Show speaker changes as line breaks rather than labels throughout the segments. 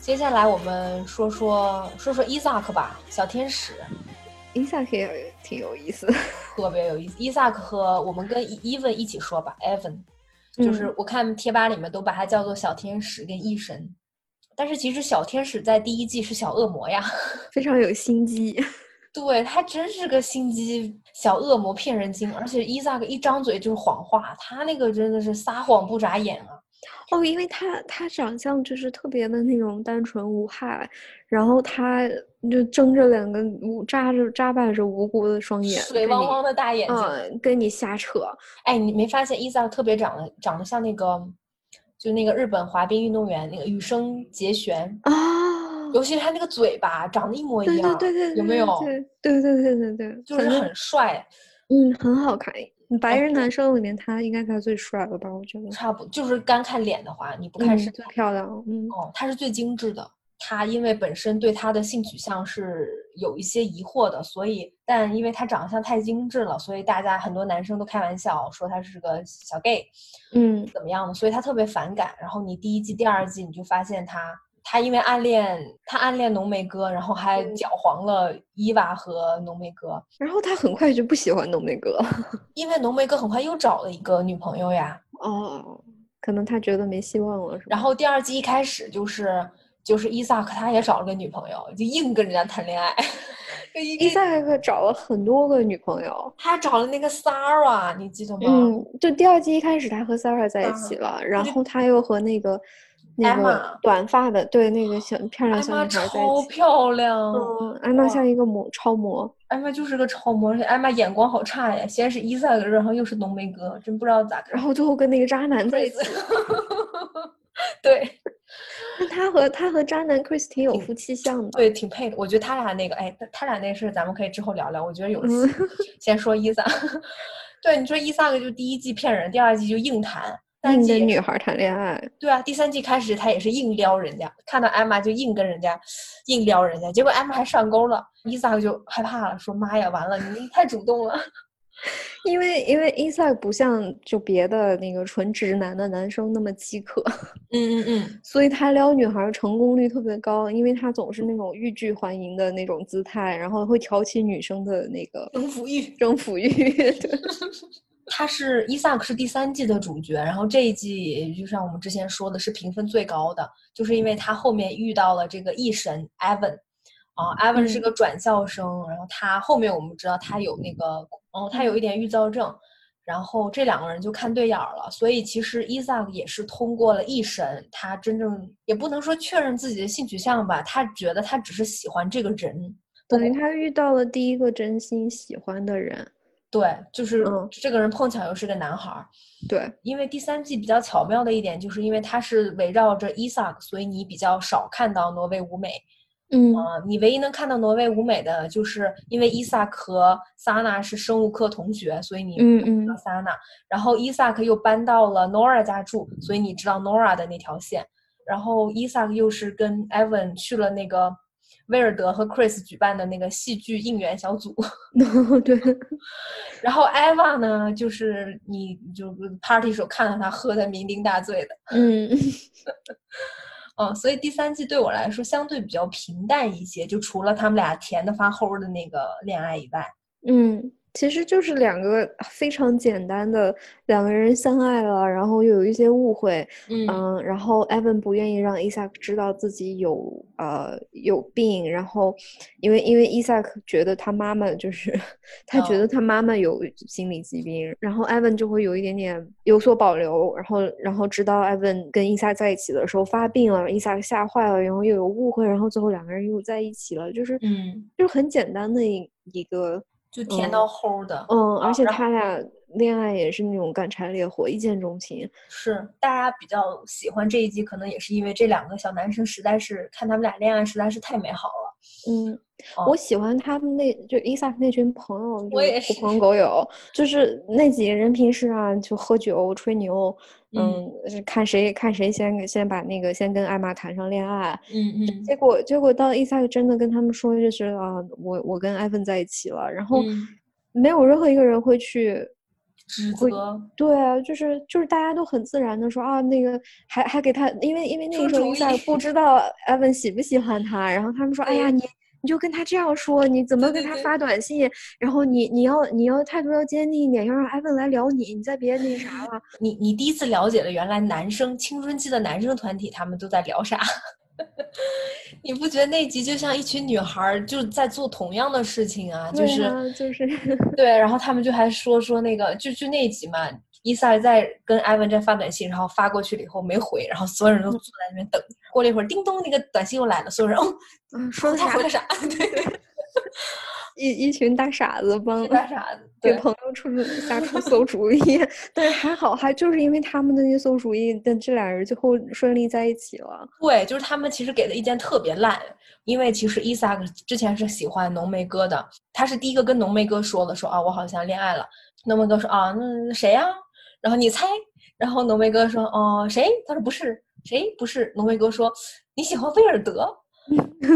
接下来我们说说说说伊萨克吧，小天使
伊萨克也挺有意思的。
特别有意思。伊萨克和我们跟伊 Evan 一起说吧，Evan，就是我看贴吧里面都把他叫做小天使跟一神，但是其实小天使在第一季是小恶魔呀，
非常有心机。
对他真是个心机小恶魔，骗人精，而且伊萨克一张嘴就是谎话，他那个真的是撒谎不眨眼啊。
哦，因为他他长相就是特别的那种单纯无害，然后他就睁着两个无扎着扎巴着无辜的双眼，
水汪汪的大眼睛。
嗯，跟你瞎扯。
哎，你没发现伊萨特别长得长得像那个，就那个日本滑冰运动员那个羽生结弦
啊，
尤其是他那个嘴巴长得一模一
对对
样，
对对，
有没有？
对对对对对对，
就是
反正
很帅，
嗯很好看。白
哎
人男生里面他应该才最帅了吧？我觉得。
差不就是干看脸的话，你不看
嗯
身
最
材，
漂亮，嗯
哦，他是最精致的。他因为本身对他的性取向是有一些疑惑的，所以但因为他长相太精致了，所以大家很多男生都开玩笑说他是个小 gay。
嗯
怎么样的，所以他特别反感。然后你第一季、第二季你就发现他，他因为暗恋他暗恋浓眉哥，然后还
嗯
搅黄了伊娃和浓眉哥，
然后他很快就不喜欢浓眉哥了。
因为浓眉哥很快又找了一个女朋友呀。
哦，可能他觉得没希望了，是吧？
然后第二季一开始就是就是伊萨克他也找了个女朋友，就硬跟人家谈恋爱。就一
伊萨克找了很多个女朋友。
他找了那个 Sara，你记得吗？
嗯，就第二季一开始他和 Sarah 在一
嗯
起了，然后他又和那个那个
Emma
短发的，对那个小漂亮
艾
小
玛
女孩在一
超
起。
漂亮，
嗯，艾玛
哇
像一个魔超模，
艾玛就是个超模，而且艾玛眼光好差呀，先是伊萨克，然后又是浓眉哥，真不知道咋
然
看。
后最后跟那个渣男在一起。
对
但他和他和渣男 Chris 挺有夫妻相的。
对，挺配的。我觉得他俩那个，哎，他他俩那事儿咱们可以之后聊聊。我觉得有戏
嗯。
先说伊萨， 对你说伊萨克就第一季骗人，第二季就硬谈，第三
硬
季
跟
也
女
是
孩谈恋爱，
对啊，第三季开始他也是硬撩人家，看到艾玛就硬跟人家硬撩人家，结果艾玛还上钩了，伊萨克就害怕了，说妈呀，完了，你太主动了。
因为因为 i n s i 不像就别的那个纯直男的男生那么饥渴，
嗯嗯嗯，
所以他撩女孩儿成功率特别高，因为他总是那种欲拒还迎的那种姿态，然后会挑起女生的那个
征服欲。
征服欲。嗯 对，
他是伊萨克是第三季的主角，然后这一季就像我们之前说的是评分最高的，就是因为他后面遇到了这个异神 Evan，啊，Evan 是
嗯
个转校生，然后他后面我们知道他有那个，哦，他有一
嗯
点预躁症，然后这两个人就看对眼儿了，所以其实伊萨克也是通过了异神，他真正也不能说确认自己的性取向吧，他觉得他只是喜欢这个人，
等于他遇到了第一个真心喜欢的人。
对，就是
嗯
这个人碰巧又是个男孩儿。
对，
因为第三季比较巧妙的一点，就是因为它是围绕着伊萨克，所以你比较少看到挪威舞美。
嗯
呃，你唯一能看到挪威舞美的，就是因为伊萨克和萨娜是生物课同学，所以你
嗯
知道
嗯
萨娜。然后伊萨克又搬到了 Nora 家住，所以你知道 Nora 的那条线。然后伊萨克又是跟 Evan 去了那个威尔德和 Chris 举办的那个戏剧应援小组。
对，
然后艾娃呢，就是你就 party 时候看到她喝的酩酊大醉的，
嗯，
嗯，所以第三季对我来说相对比较平淡一些，就除了他们俩甜的发齁的那个恋爱以外，
嗯，其实就是两个非常简单的两个人相爱了，然后又有一些误会，
嗯
嗯，然后 Evan 不愿意让伊萨克知道自己有呃有病，然后因为因为伊萨克觉得他妈妈就是 他觉
哦
得他妈妈有心理疾病，然后 Evan 就会有一点点有所保留，然后然后直到 Evan 跟伊萨克在一起的时候发病了，伊萨克吓坏了，然后又有误会，然后最后两个人又在一起了，就是
嗯，
就是很简单的一一个
就甜到齁的，
嗯，而
啊
且
然后
他俩恋爱也是那种干柴烈火，一见钟情。
是大家比较喜欢这一季，可能也是因为这两个小男生实在是看他们俩恋爱实在是太美好了，
嗯，
哦
我喜欢他们那就伊萨克那群朋友，就
我也
狐
是
朋狗友，就是那几个人平时啊就喝酒吹牛，
嗯
嗯，是看谁看谁先先把那个先跟艾玛谈上恋爱。
嗯嗯
结果结果到伊萨克真的跟他们说就是啊，我我跟艾文在一起了，然后
嗯
没有任何一个人会去
指
会
责，
对啊，就是就是大家都很自然的说啊，那个还还给他，因为因为那
出
个时候
主
伊萨
意
不知 道艾文喜不喜欢他，然后他们说，哎呀
对
你。你就跟他这样说，你怎么
对
跟
对
他
对
发短信？然后你你要你要态度要坚定一点，要让艾文来聊你，你再别那啥了。
你你第一次了解了原来男生青春期的男生团体他们都在聊啥， 你不觉得那集就像一群女孩儿就在做同样的事情啊？就
对
是、
啊就是，
对，然后他们就还说说那个，就就那一集嘛，伊萨在跟艾文在发短信，然后发过去了以后没回，然后所有人都坐在那边等。过了一会儿，叮咚，那个短信又来了，所有人哦，
嗯说的
他
啥
回？了啥？对，
一一群大傻子帮
回了啥？
给
对，
朋友出出瞎出馊主意， 但是还好，还就是因为他们的那馊主意，但这俩人最后顺利在一起了。
对，就是他们其实给的意见特别烂，因为其实伊萨克之前是喜欢浓眉哥的，他是第一个跟浓眉哥说的，说啊我好像恋爱了。浓眉哥说啊那谁呀、然后你猜，然后浓眉哥说哦谁？他说不是谁不是。浓眉哥说你喜欢威尔德，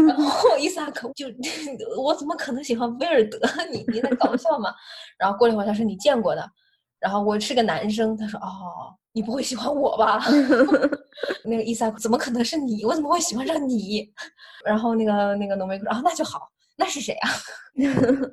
然后伊萨克就我怎么可能喜欢威尔德？你你在搞笑吗？然后过了一会儿他说你见过的，然后我是个男生，他说哦你不会喜欢我吧？那个伊萨怎么可能是你？我怎么会喜欢上你？ 然后那个那个浓眉哥说啊，那就好，那是谁啊？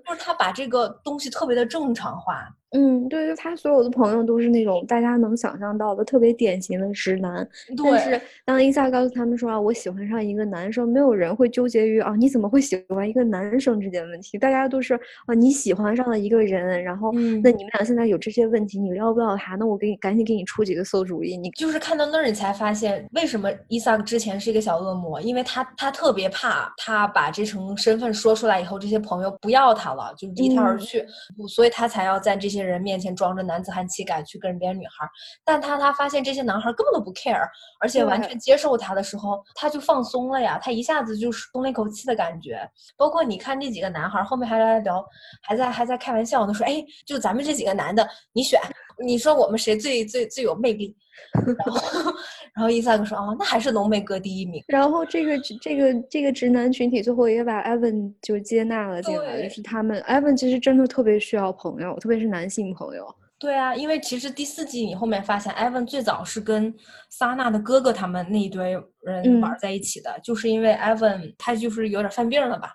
就是他把这个东西特别的正常化，
嗯，对，就他所有的朋友都是那种大家能想象到的特别典型的直男。但是
对，
当伊萨告诉他们说啊，我喜欢上一个男生，没有人会纠结于啊你怎么会喜欢一个男生这件问题，大家都是啊你喜欢上了一个人，然后、那
嗯
你们俩现在有这些问题，你撩不到他，那我给你赶紧给你出几个馊主意，你
就是看到那儿你才发现为什么伊萨之前是一个小恶魔，因为他他特别怕他把这层身份说出来以后，这些朋友不要他了，就离他而
嗯
去，所以他才要在这些人面前装着男子汉气概去跟别人女孩儿。但他他发现这些男孩儿根本都不 care，而且完
对
全接受他的时候，他就放松了呀，他一下子就是松了一口气的感觉。包括你看这几个男孩儿后面还来聊，还在还在开玩笑呢，说哎，就咱们这几个男的，你选，你说我们谁最最最有魅力？ 然后 然后伊萨克说哦，那还是浓眉哥第一名。
然后这个直这个这个直男群体最后也把 Evan 就接纳了进来，
对
就是他们 Evan 其实真的特别需要朋友，特别是男性朋友。
对啊，因为其实第四季你后面发现，艾文最早是跟萨娜的哥哥他们那一堆人玩
嗯
在一起的，就是因为艾文他就是有点犯病了吧，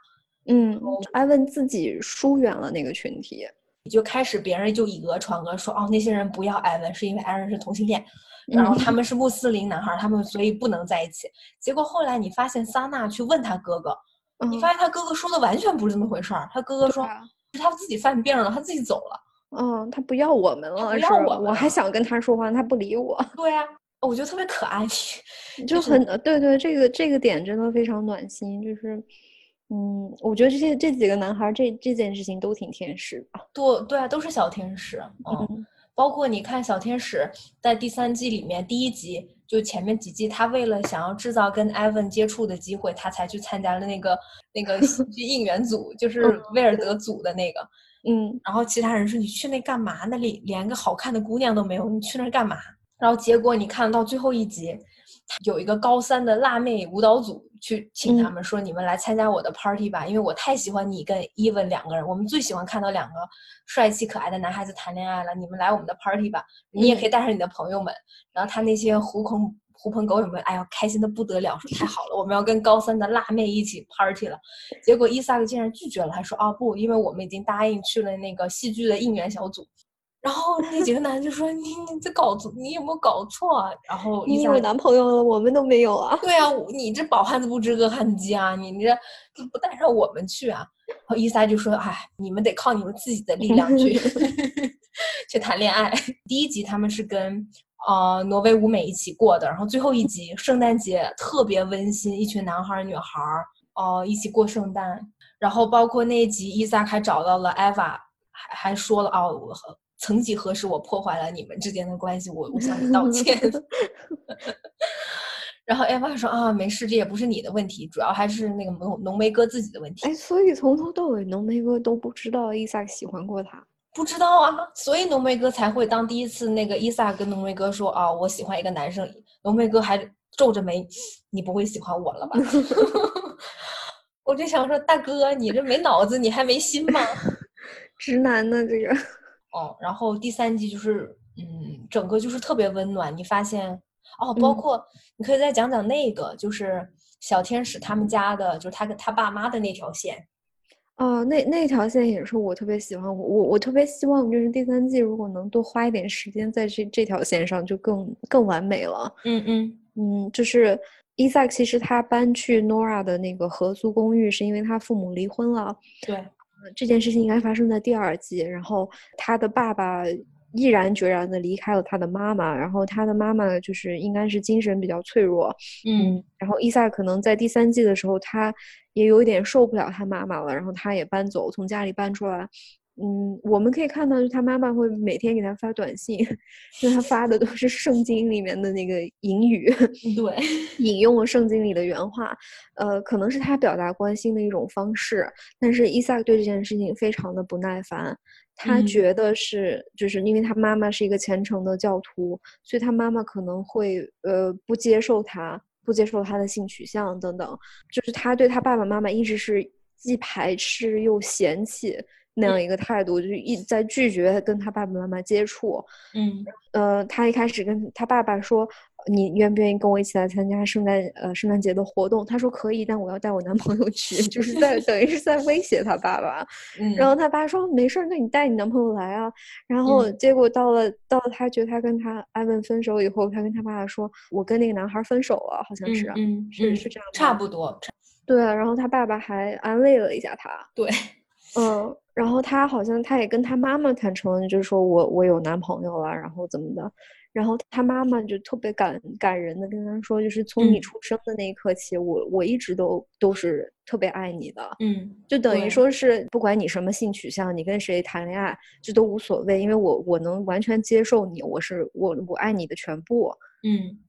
嗯，Evan 自己疏远了那个群体。
就开始别人就以讹传讹说哦那些人不要艾文是因为艾文是同性恋，然
嗯
后他们是穆斯林男孩，他们所以不能在一起。结果后来你发现萨娜去问他哥哥，
嗯，
你发现他哥哥说的完全不是这么回事儿，他哥哥说
对啊
是他自己犯病了，他自己走了。
嗯，他不要我们
他
了，
不要
是
我们
还
了
想跟他说话，他不 理我，
对啊，我觉得特别可爱。
就是很对对，这个这个点真的非常暖心，就是。嗯，我觉得这些这几个男孩儿这这件事情都挺天使的。
对对啊，都是小天使，嗯，
嗯
包括你看小天使在第三季里面第一集，就前面几季，他为了想要制造跟艾文接触的机会，他才去参加了那个那个喜剧应援组，就是威尔德组的那个。
嗯，
然后其他人说你去那干嘛？那里连个好看的姑娘都没有，你去那儿干嘛？然后结果你看到最后一集，有一个高三的辣妹舞蹈组去请他
嗯
们说：“你们来参加我的 party 吧，因为我太喜欢你跟伊文两个人，我们最喜欢看到两个帅气可爱的男孩子谈恋爱了。你们来我们的 party 吧，你也可以带上你的朋友们。然后他那些狐朋狐朋狗友们，哎呀，开心的不得了，说太好了，我们要跟高三的辣妹一起 party 了。结果伊萨克竟然拒绝了，还说啊不，因为我们已经答应去了那个戏剧的应援小组。然后那几个男的就说：“你你这搞错，你有没有搞错啊？”然后伊
你
萨
有
克
男朋友了，我们都没有啊。
对啊，我你这饱汉子不知饿汉饥啊！你你这不不带上我们去啊？然后伊萨就说：“哎，你们得靠你们自己的力量去 去谈恋爱。”第一集他们是跟呃挪威舞美一起过的，然后最后一集圣诞节特别温馨，一群男孩儿女孩儿呃一起过圣诞。然后包括那一集伊萨还找到了艾娃，还还说了哦，我和曾几何时我破坏了你们之间的关系，我我向你道歉。 然后艾娃说啊，没事，这也不是你的问题，主要还是那个浓浓眉哥自己的问题。
哎，所以从头到尾，浓眉哥都不知道伊萨喜欢过他。
不知道啊，所以浓眉哥才会当第一次那个伊萨跟浓眉哥说啊，我喜欢一个男生，浓眉哥还皱着眉，你不会喜欢我了吧？ 我就想说，大哥，你这没脑子，你还没心吗？
直男的这个，
嗯，然后第三集就是，嗯，整个就是特别温暖。你发现哦，包
嗯
括你可以再讲讲那个，就是小天使他们家的，就是他跟他爸妈的那条线。
哦，那那条线也是我特别喜欢，我我我特别希望就是第三季如果能多花一点时间在这这条线上，就更更完美了。
嗯嗯
嗯，就是伊萨其实他搬去 Nora 的那个合租公寓，是因为他父母离婚了。
对，
呃这件事情应该发生在第二季，然后他的爸爸毅然决然的离开了他的妈妈，然后他的妈妈就是应该是精神比较脆弱，
嗯，
然后伊萨可能在第三季的时候，他也有一点受不了他妈妈了，然后他也搬走，从家里搬出来。嗯，我们可以看到，就是他妈妈会每天给他发短信， 因为他发的都是圣经里面的那个引语，
对，
引用了圣经里的原话，呃，可能是他表达关心的一种方式，但是伊萨对这件事情非常的不耐烦，他
嗯
觉得是、就是因为他妈妈是一个虔诚的教徒，所以他妈妈可能会呃不接受他，不接受他的性取向等等，就是他对他爸爸妈妈一直是既排斥又嫌弃那样一个态度，就是一直在拒绝跟他爸爸妈妈接触，
嗯
呃，他一开始跟他爸爸说：“呃你愿不愿意跟我一起来参加圣诞呃圣诞节的活动？”他说：“可以，但我要带我男朋友去。”就是在等于是在威胁他爸爸。
嗯，
然后他爸说：“没事儿，那你带你男朋友来啊。”然后
嗯
结果到了到了他觉得他跟他艾文分手以后，他跟他爸爸说：“我跟那个男孩儿分手了，好像
嗯
是。啊
嗯
是
嗯
是这样
差
吗
不多，差
对啊，然后他爸爸还安慰了一下他。
对，
嗯，然后她好像她也跟她妈妈坦诚了，就是说我我有男朋友了，然后怎么的，然后她妈妈就特别感感人的跟她说，就是从你
嗯
出生的那一刻起，我我一直都都是特别爱你的，
嗯
就等于
对
说是不管你什么性取向，你跟谁谈恋爱，这都无所谓，因为我我能完全接受你，我是我我爱你的全部。
嗯。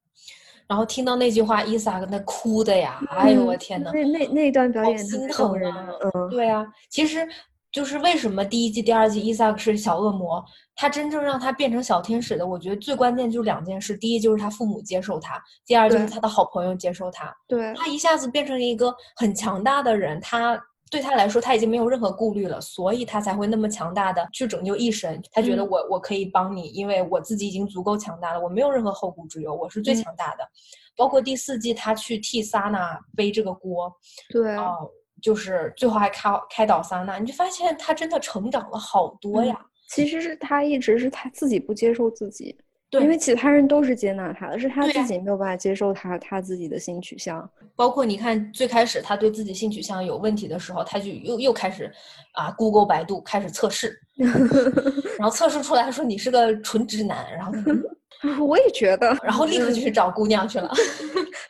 然后听到那句话，伊萨跟他哭的呀，哎呦我
嗯
天呐，
那那那一段表
好
演特
心
别
疼
动人，
啊
嗯，
对啊，其实就是为什么第一季、第二季伊萨克是小恶魔，他真正让他变成小天使的，我觉得最关键就是两件事：第一就是他父母接受他，第二就是
对
他的好朋友接受他。
对
他一下子变成一个很强大的人，他对他来说他已经没有任何顾虑了，所以他才会那么强大的去拯救一神。他觉得
嗯
我、我可以帮你，因为我自己已经足够强大了，我没有任何后顾之忧，我是最
嗯
强大的。包括第四季他去替萨娜背这个锅，
对，
哦，就是最后还开开导桑娜，你就发现他真的成长了好多
嗯
呀。
其实是他一直是他自己不接受自己。
对，
因为其他人都是接纳他的，是他
对
自
呀
己没有办法接受他他自己的性取向。
包括你看最开始他对自己性取向有问题的时候，他就又又开始啊，Google 百度开始测 试，然后测试出来说你是个纯直男，然后
嗯
他就
我也觉得，
然后立刻就去找姑娘去了。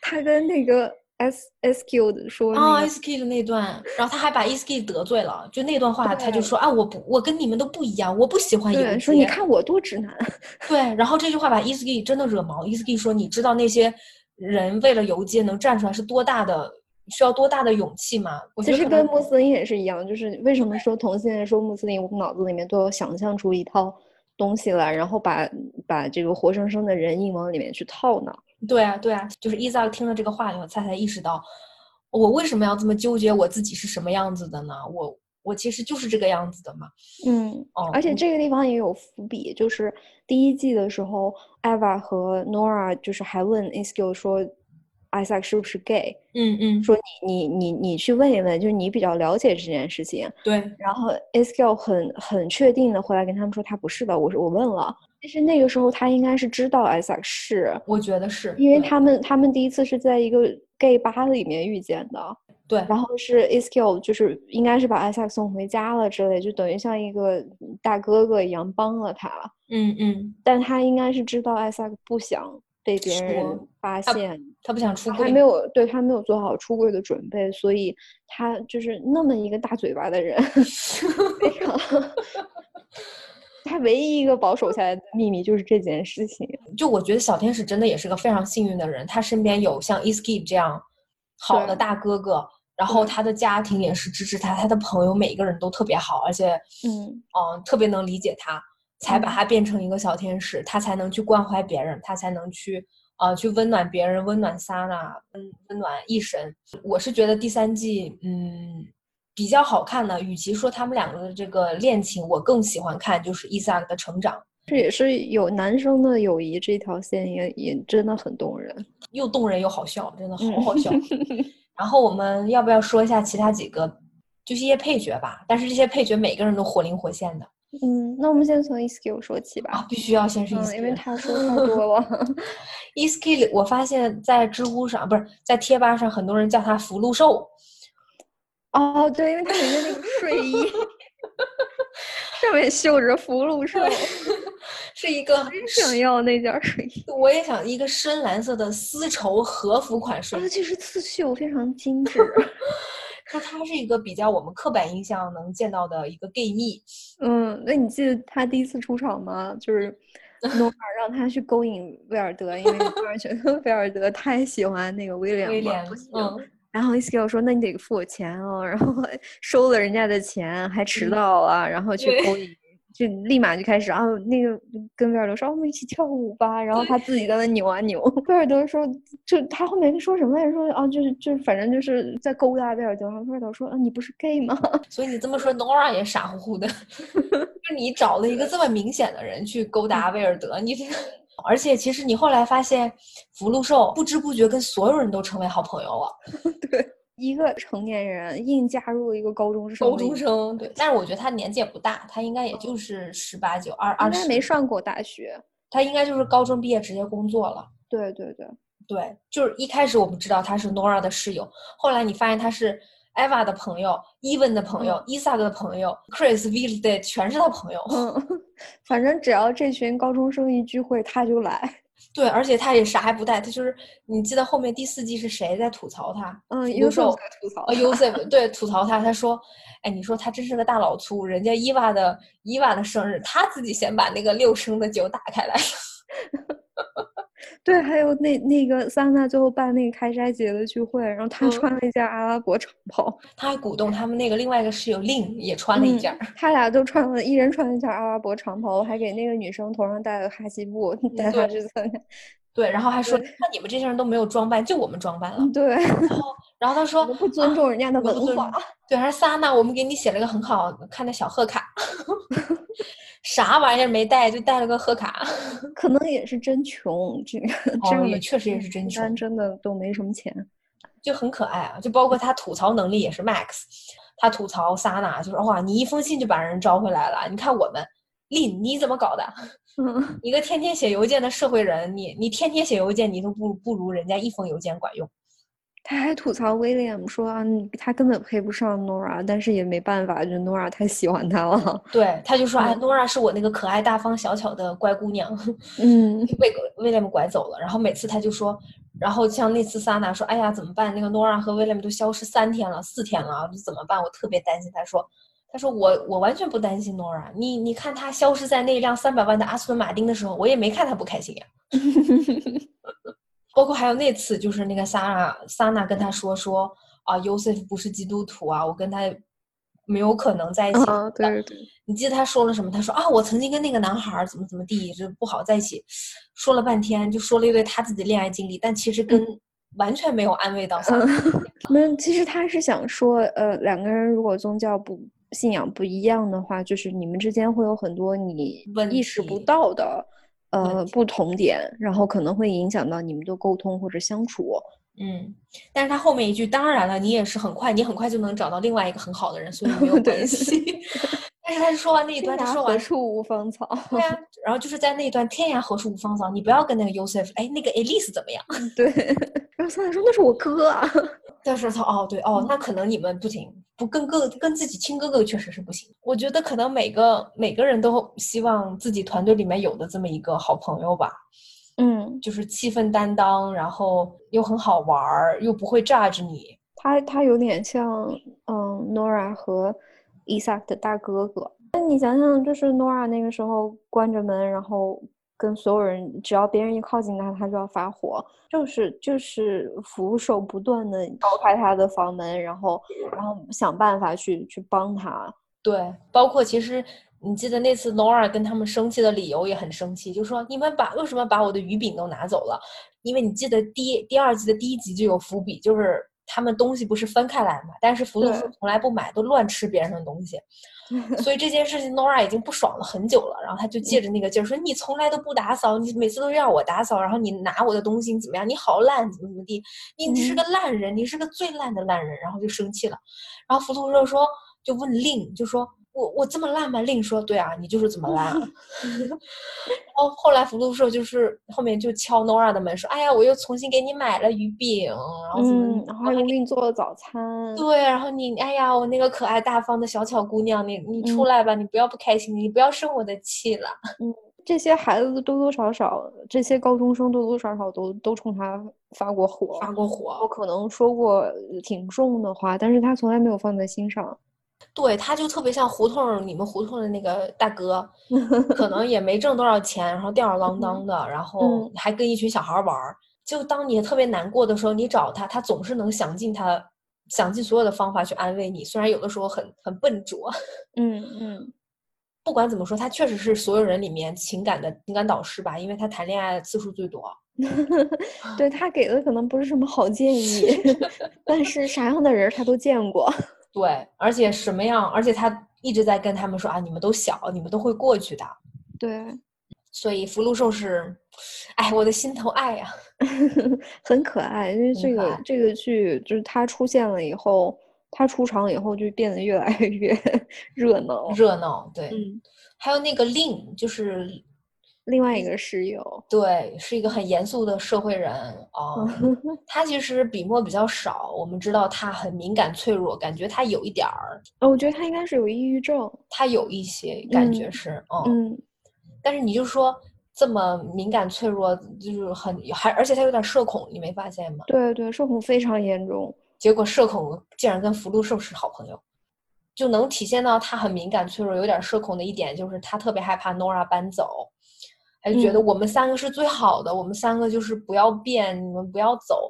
他跟那个 S S Q 的说
哦
那个，
，S K 的那段，然后他还把 S K 得罪了，就那段话他就
对
说啊，我不我跟你们都不一样，我不喜欢游
对，说你
街
看我多直男，
对，然后这句话把伊斯 k 真的惹毛。伊斯 k 说：“你知道那些人为了游街能站出来是多大的，需要多大的勇气吗？”我觉
其
得
实
可
跟
能
穆斯林也是一样，就是为什么说同性恋说穆斯林，我脑子里面都有想象出一套东西来，然后把把这个活生生的人硬往里面去套呢？
对啊，对啊，就是伊萨听了这个话以后，他才意识到，我为什么要这么纠结我自己是什么样子的呢？我我其实就是这个样子的嘛。
嗯，
哦，
而且
嗯
这个地方也有伏笔，就是第一季的时候，艾娃和 Nora 就是还问 Isco 说，Isaac 是不是 gay？
嗯嗯，
说你你你你去问一问，就是你比较了解这件事情。
对，
然后 Isco 很很确定的回来跟他们说，他不是的，我是我问了。其实那个时候他应该是知道 Isaac 是，
我觉得是
因为
对
他们他们第一次是在一个 gay 吧里面遇见的。
对
然后是 Isco，就是应该是把 Isaac 送回家了之类，就等于像一个大哥哥一样帮了他。
嗯嗯，
但他应该是知道 Isaac 不想被别
说
人发
他
现，
他不想出
他
柜
没有对他没有做好出柜的准备，所以他就是那么一个大嘴巴的 人，非 常他唯一一个保守下来的秘密就是这件事情。
就我觉得小天使真的也是个非常幸运的人，他身边有像 Iski 这样好的
对
大哥哥，然后
对
他的家庭也是支持他，他的朋友每一个人都特别好，而且
嗯，
嗯特别能理解他，才把
嗯
他变成一个小天使，他才能去关怀别人，他才能去呃去温暖别人，温暖 Sana，温温暖一神。我是觉得第三季嗯比较好看的，与其说他们两个的这个恋情，我更喜欢看就是伊萨克的成长。
这也是有男生的友谊这条线也也真的很动人，
又动人又好笑，真的好好笑。
嗯
然后我们要不要说一下其他几个，就是一些配角吧？但是这些配角每个人都活灵活现的
嗯，那我们先从 Iskill 说起吧。
啊，必须要先是
嗯，因为
Iski。
他说太多 了。
Iski，里，E 我发现在知乎上不是在贴吧上，很多人叫他福禄寿。
哦，对，因为他里面那个睡 衣上面绣着福 禄寿，
是一个，
真想要那件睡衣。
我也想一个深蓝色的丝绸和服款睡
啊
衣，，
这是刺绣，非常精致。
那他是一个比较我们刻板印象能见到的一个 gay 蜜，
嗯，那你记得他第一次出场吗？就是诺尔让他去勾引威尔德，因为诺尔觉得威尔德太喜欢那个威廉
威
了
廉
不行。
嗯，
然后 Iskill 说：“那你得付我钱哦。”然后 还收了人家的钱，还迟
嗯
到了，然后去
对
勾引，就立马就开始啊，那个跟威尔德说：“啊我们一起跳舞吧。”然后他自己在那扭啊扭。威尔德说：“就他后面说什么来着？说啊，就是就是反正就是在勾搭威尔德。”然后威尔德说：“啊，你不是 gay 吗
所以你这么说，Nora 也傻乎乎 的，就是你找了一个这么明显的人去勾
嗯
搭威尔德，你这， 而且其实你后来发现，福禄寿不知不觉跟所有人都成为好朋友啊了，？”
对，一个成年人硬加入了一个高中生，
高中，生对，哦但是我觉得他年纪也不大，他应该也就是十八九、二
应
二
该
十，
没上过大学。
他应该就是高中毕业直接工作了。
对对对，
对，就是一开始我们知道他是 Nora 的室友，后来你发现他是 Eva 的朋友、Evan 的朋友、伊萨克的朋友、Chris、v i l d a y 全是他朋友。
嗯， 反正只要这群高中生一聚会，他就来。
对，而且他也啥也不带，他就是你记得后面第四季是谁在吐槽他？
嗯，
福
优
禄
秀
寿
在吐槽
呃，Joseph 对吐槽他，他说：“哎，你说他真是个大老粗，人家伊娃的伊娃的生日，他自己先把那个六升的酒打开来。
对，还有那那个萨娜最后办那个开斋节的聚会，然后她
嗯
穿了一件阿拉伯长袍，
他还鼓动他们那个另外一个室友 Lin 也穿了一件儿。
她俩都穿了，一人穿了一件阿拉伯长袍，还给那个女生头上戴了哈西布，带她去参加。
对，然后还说：“那你们这些人都没有装扮，就我们装扮了。
对，
然后他说：“
不尊重人家的
我不
文
尊
化。
对，还是萨娜，我们给你写了个很好看的小贺卡，啥玩意儿没带，就带了个贺卡。
可能也是真穷，这个这
哦，
样
也
的
确实也是真
一般
穷，
真的都没什么钱。
就很可爱啊。就包括他吐槽能力也是 max，他吐槽萨娜就是哇，你一封信就把人招回来了，你看我们。令你怎么搞的？
嗯，
一个天天写邮件的社会人，你你天天写邮件，你都不不如人家一封邮件管用。
她还吐槽威廉说啊，你他根本配不上 Nora，但是也没办法，就 Nora 太喜欢他了。
对，他就说，哎，
嗯
诺拉是我那个可爱大方小巧的乖姑娘。
嗯，
被威廉姆拐走了。然后每次他就说，然后像那次萨娜说，哎呀怎么办？那个诺 a 和威廉姆都消失三天了，四天了，怎么办？我特别担心。他说，他说我我完全不担心诺 a 你你看他消失在那辆三百万的阿斯顿马丁的时候，我也没看他不开心呀。包括还有那次，就是那个萨娜萨娜跟他说说啊，Yosef 不是基督徒啊，我跟他没有可能在一起。
啊，对对。
你记得他说了什么？他说啊，我曾经跟那个男孩儿怎么怎么地，就不好在一起，说了半天，就说了一堆他自己恋爱经历，但其实跟完全没有安慰到他。
嗯，那其实他是想说，呃，两个人如果宗教不信仰不一样的话，就是你们之间会有很多你
问
意识不
题
到的，
问
呃，不同点，然后可能会影响到你们的沟通或者相处。
嗯，但是他后面一句，当然了，你也是很快，你很快就能找到另外一个很好的人，所以没有
对
关系。 但是他说完那一段，
天
他
涯
说
何
完。
处无芳草？
对啊，然后就是在那一段“天涯何处无芳草”，你不要跟那个 Yosef，哎，那个 Elise 怎么样？
对。 然后三说：“那是我哥啊。
但是他哦对哦，那可能你们不行，不跟哥跟自己亲哥哥确实是不行。我觉得可能每个每个人都希望自己团队里面有的这么一个好朋友吧，”
嗯，
就是气氛担当，然后又很好玩儿，又不会 judge 你。
他他有点像，嗯，Nora 和伊萨克的大哥哥。那你想想，就是 Nora 那个时候关着门，然后跟所有人，只要别人一靠近他，他就要发火，就是就是扶手不断的敲开他的房门，然后然后想办法去去帮他。
对，包括其实你记得那次 Nora 跟他们生气的理由也很生气，就说你们把为什么把我的鱼饼都拿走了？因为你记得第一第二季的第一集就有伏笔，就是他们东西不是分开来嘛，但是福禄寿从来不买，都乱吃别人的东西，所以这件事情 Nora 已经不爽了很久了，然后他就借着那个劲儿说：“你从来都不打扫，你每次都让我打扫，然后你拿我的东西，你怎么样？你好烂，怎么怎么地？你是个烂人，你是个最烂的烂人。”然后就生气了，然后福禄寿说，就问令，就说。我我这么烂吗？令说对啊，你就是这么烂、啊。然后后来福禄寿就是后面就敲 Nora 的门说：“哎呀，我又重新给你买了鱼饼，然后怎么，
嗯，然后又给你做了早餐，
对，然后你哎呀，我那个可爱大方的小巧姑娘，你你出来吧，你不要不开心，你不要生我的气了。
这些孩子多多少少，这些高中生多多少少都都冲他发过火，
发过火
我，可能说过挺重的话，但是他从来没有放在心上。
对，他就特别像胡同你们胡同的那个大哥，可能也没挣多少钱，然后吊儿郎当的，然后
嗯
还跟一群小孩玩儿。就当你特别难过的时候，你找他，他总是能想尽他想尽所有的方法去安慰你，虽然有的时候很很笨拙。
嗯嗯
不管怎么说，他确实是所有人里面情感的情感导师吧，因为他谈恋爱次数最多。
对他给的可能不是什么好建议， 但是啥样的人儿他都见过。
对，而且什么样，而且他一直在跟他们说啊，你们都小，你们都会过去的。
对，
所以福禄寿是，哎，我的心头爱呀、
很可爱，因为
很
这
可
个
爱
这个剧就是它出现了以后，它出场以后就变得越来 越热闹。
热闹。对，
嗯，
还有那个令，就是
另外一个室友，
对，是一个很严肃的社会人啊。 他其实笔墨比较少，我们知道他很敏感脆弱，感觉他有一点儿，
哦，我觉得他应该是有抑郁症。
他有一些感觉
嗯
是，嗯。
嗯
但是你就说这么敏感脆弱，就是很还而且他有点社恐，你没发现吗？
对对，社恐非常严重。
结果社恐竟然跟福禄寿是好朋友，就能体现到他很敏感、脆弱、有点社恐的一点，就是他特别害怕 Nora 搬走，他就觉得
嗯
我们三个是最好的，我们三个就是不要变，你们不要走。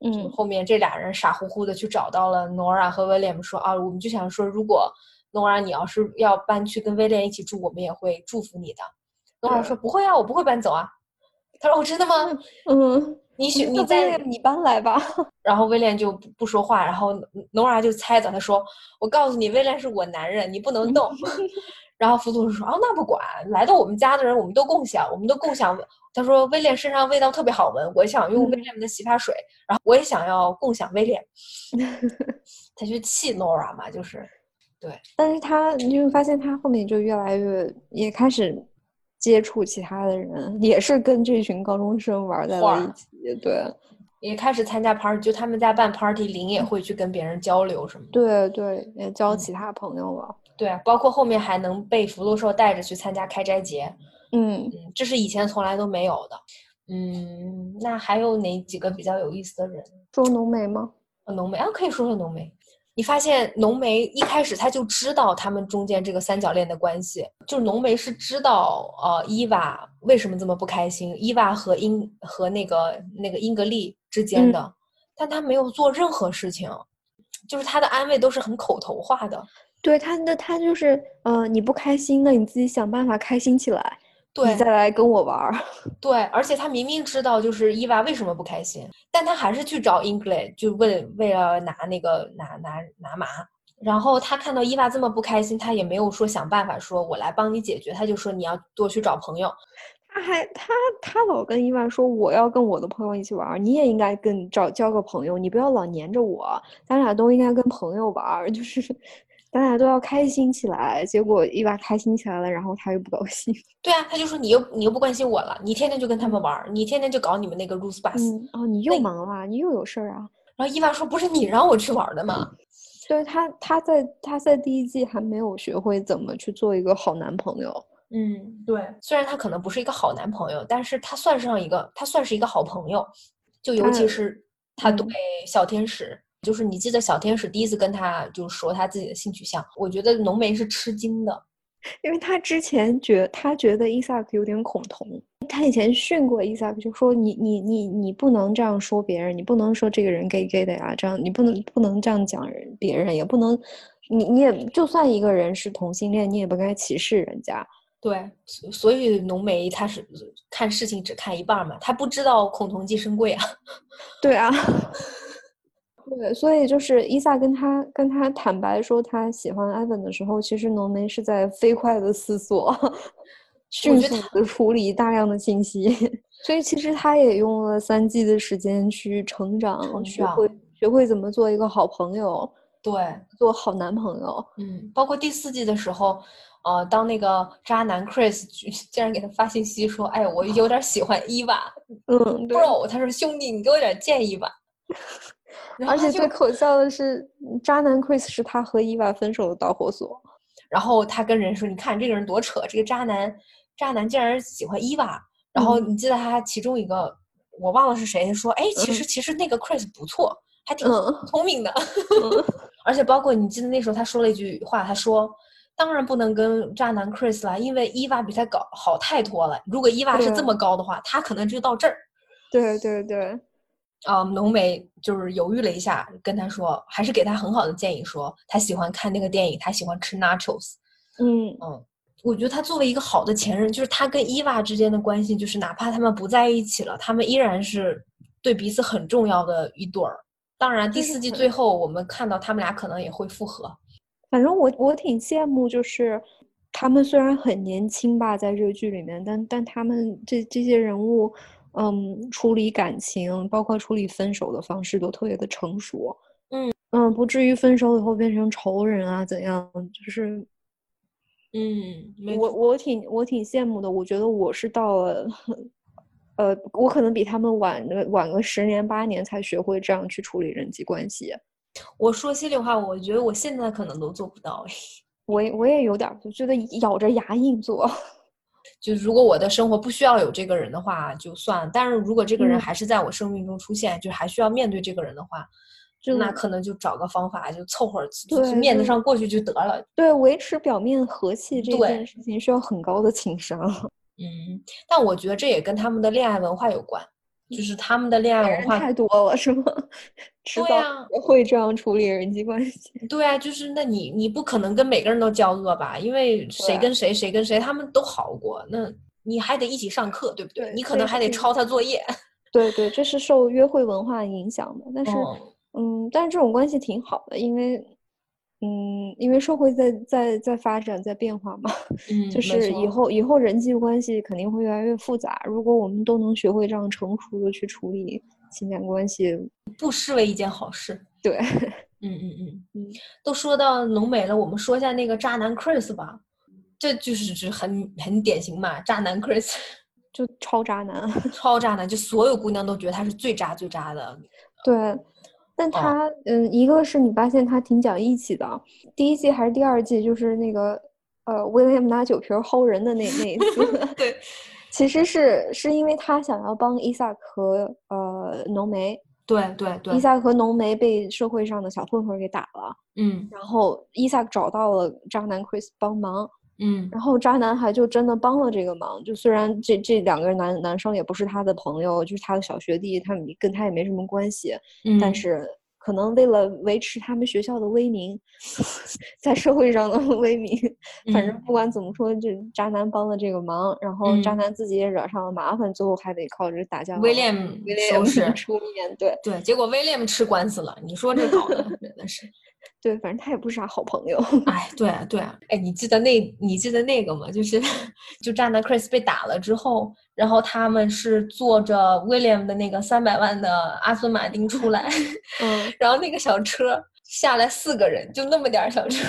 就
嗯
后面这俩人傻乎乎的去找到了 Nora 和 William，说啊，我们就想说，如果 Nora 你要是要搬去跟威廉一起住，我们也会祝福你的。Nora
对
说不会啊，我不会搬走啊。他说哦，真的吗？
嗯，
你
你
许你在
在你搬来吧。
然后威廉就不不说话，然后 Nora 就猜着他说：“我告诉你，威廉是我男人，你不能动。”然后福祖说：“哦，那不管，来到我们家的人，我们都共享，我们都共享。”他说：“威廉身上味道特别好闻，我想用威
嗯
廉的洗发水，然后我也想要共享威廉。”他就气 Nora 嘛，就是
但是他你就会发现，他后面就越来越也开始接触其他的人，也是跟这群高中生玩在
画
了
儿
一起。对
也开始参加 party，就他们家办 party，林也会去跟别人交流什么的。
对对，也交
嗯
其他朋友了。
对啊，包括后面还能被福禄寿带着去参加开斋节。
嗯，
嗯，这是以前从来都没有的。嗯，那还有哪几个比较有意思的人？
说浓眉吗？
呃浓眉啊，可以说说浓眉。你发现浓眉一开始他就知道他们中间这个三角恋的关系，就是浓眉是知道呃伊娃为什么这么不开心，伊娃和英和那个那个英格丽之间的，但他没有做任何事情，就是他的安慰都是很口头化的。
对，他的他就是，呃，你不开心的，你自己想办法开心起来，
对
你再来跟我玩儿。
对，而且他明明知道就是伊娃为什么不开心，但他还是去找 English，就为为了拿那个拿拿拿麻。然后他看到伊娃这么不开心，他也没有说想办法说我来帮你解决，他就说你要多去找朋友。
他还他他老跟伊万说，我要跟我的朋友一起玩儿，你也应该跟找交个朋友，你不要老黏着我，咱俩都应该跟朋友玩儿， 就是咱俩都要开心起来。结果伊娃开心起来了，然后他又不高兴。
对啊，他就说你又你又不关心我了，你天天就跟他们玩儿，你天天就搞你们那个 loose bus。
嗯，哦，你又
那
忙啦，你又有事儿啊。
然后伊娃说不是你让我去玩儿的吗？
对他，他在他在第一季还没有学会怎么去做一个好男朋友。
嗯，对。虽然他可能不是一个好男朋友，但是他算上一个，他算是一个好朋友。就尤其
他
是他对
嗯
小天使，就是你记得小天使第一次跟他就说他自己的性取向，我觉得浓眉是吃惊的。
因为他之前觉他觉得伊萨克有点恐同，他以前训过伊萨克，就说你你你你不能这样说别人，你不能说这个人 gay gay 的呀，这样你不能不能这样讲人别人，也不能你你也就算一个人是同性恋，你也不该歧视人家。
对，所所以浓眉他是看事 情只看一半儿嘛，他不知道孔同即生贵啊。
对啊，对，所以就是伊萨跟他跟他坦白说他喜欢艾文的时候，其实浓眉是在飞快的 思索，迅速的处理大量的信息， 所以其实他也用了三季的时间去成长，
成
学
长
会学会怎么做一个好朋友，
对，
做好男朋友。
嗯，包括第四季的时候，呃，当那个渣男 Chris 居竟然给他发信息说：“哎，我有点喜欢伊娃
嗯，对。
，bro。”他说：“兄弟，你给我点建议吧。”然后
而
他
且
就
最可笑的是，渣男 Chris 是他和伊娃分手的导火索。
然后他跟人说：“你看这个人多扯，这个渣男，渣男竟然喜欢伊娃。”然后
嗯
你记得他其中一个，我忘了是谁说：“哎，其实其实那个 Chris 不错，还挺
嗯
聪明的。 而且包括你记得那时候他说了一句话，他说：“当然不能跟渣男 Chris 啦，因为伊娃比他搞好太多了。如果伊娃是这
对啊
么高的话，他可能就到这儿。”
对对对，
啊、浓眉就是犹豫了一下，跟他说，还是给他很好的建议说，他喜欢看那个电影，他喜欢吃 nachos。
嗯，
我觉得他作为一个好的前任，就是他跟伊娃之间的关系，就是哪怕他们不在一起了，他们依然是对彼此很重要的一对儿。当然，第
就是
四季
很
最后我们看到他们俩可能也会复合，
反正我我挺羡慕，就是他们虽然很年轻吧，在这个剧里面，但但他们这这些人物，嗯，处理感情，包括处理分手的方式都特别的成熟。
嗯
嗯，不至于分手以后变成仇人啊，怎样？就是
嗯，没
我我挺我挺羡慕的，我觉得我是到了， 呃，我可能比他们晚个晚个十年八年才学会这样去处理人际关系。
我说心里话，我觉得我现在可能都做不到。
我也我也有点儿就觉得咬着牙硬做，
就如果我的生活不需要有这个人的话，就算了；但是如果这个人
嗯
还是在我生命中出现，就还需要面对这个人的话，
就
那可能就找个方法，就凑合儿，就
对
就面子
就
上过去就得了。
对维持表面和气这
对
件事情需要很高的情商。
嗯，但我觉得这也跟他们的恋爱文化有关，就是他们的恋爱文
人
化。
太多了 是吗？迟
对
早
呀
也会这样处理人际关系。
对啊，就是那你你不可能跟每个人都交恶吧？因为谁
对
跟谁谁跟谁，他们都好过，那你还得一起上课，对不对？
对
你可
所以
能
就
还得
是
抄他作业。
对对，这是受约会文化影响的，但是
嗯
嗯，但是这种关系挺好的，因为嗯，因为社会在在在发展在变化嘛，
嗯，
就
没
是以
错
后以后人际关系肯定会越来越复杂。如果我们都能学会这样成熟的去处理情感关系，
不失为一件好事。
对，
嗯嗯嗯
嗯，
都说到浓眉了，我们说一下那个渣男 Chris 吧，这就是是很很典型嘛，渣男 Chris
就超渣男。
超渣男，就所有姑娘都觉得他是最渣最渣的。，
对，但他、嗯，一个是你发现他挺讲义气的，第一季还是第二季，就是那个呃，William 拿酒瓶儿薅人的那那一次
对，
其实是是因为他想要帮伊萨和呃浓眉，
对对对
伊，萨和浓眉被社会上的小混混儿给打了，
嗯
然后伊萨找到了渣男 Chris 帮忙，
嗯
然后渣男还就真的帮了这个忙，就虽然这这两个男男生也不是他的朋友，就是他的小学弟，他们跟他也没什么关系，
嗯，
但是可能为了维持他们学校的威名， 在社会上的威名，反正
嗯
不管怎么说，这渣男帮了这个忙，然后渣
嗯
男自己也惹上了麻烦，最后还得靠着打架
威
王
廉
威
收拾
廉 出面对
对，结果威廉吃官司了，你说这搞的真的是，
对，反正他也不是啥好朋友。
哎，对啊对啊，哎，你记得那你记得那个吗？就是 就渣男 Chris 被打了之后，然后他们是坐着 William 的那个三百万的阿斯顿马丁出来，
嗯，
然后那个小车下来四个人，就那么点儿小车。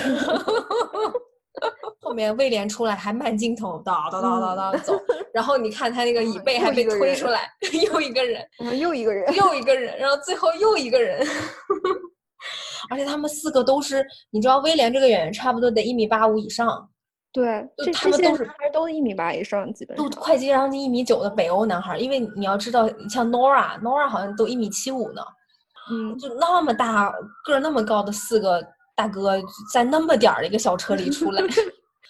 后面威廉出来还慢镜头，叨叨叨叨叨 走，然后你看他那个椅背还
又
被
一个
推
人
出来， 又一个人，
然后又一个人，
又一个人，然后最后又一个人， 而且他们四个都是，你知道威廉这个演员差不多得一米八五以上，
对，
就
这
他们
这些
都
男
是
孩都一米八以上，基本
都
上。
快接将近一米九的北欧男孩儿，因为你要知道，像 Nora，Nora 好像都一米七五呢，
嗯，
就那么大个儿那么高的四个大哥，在那么点儿的一个小车里 出来，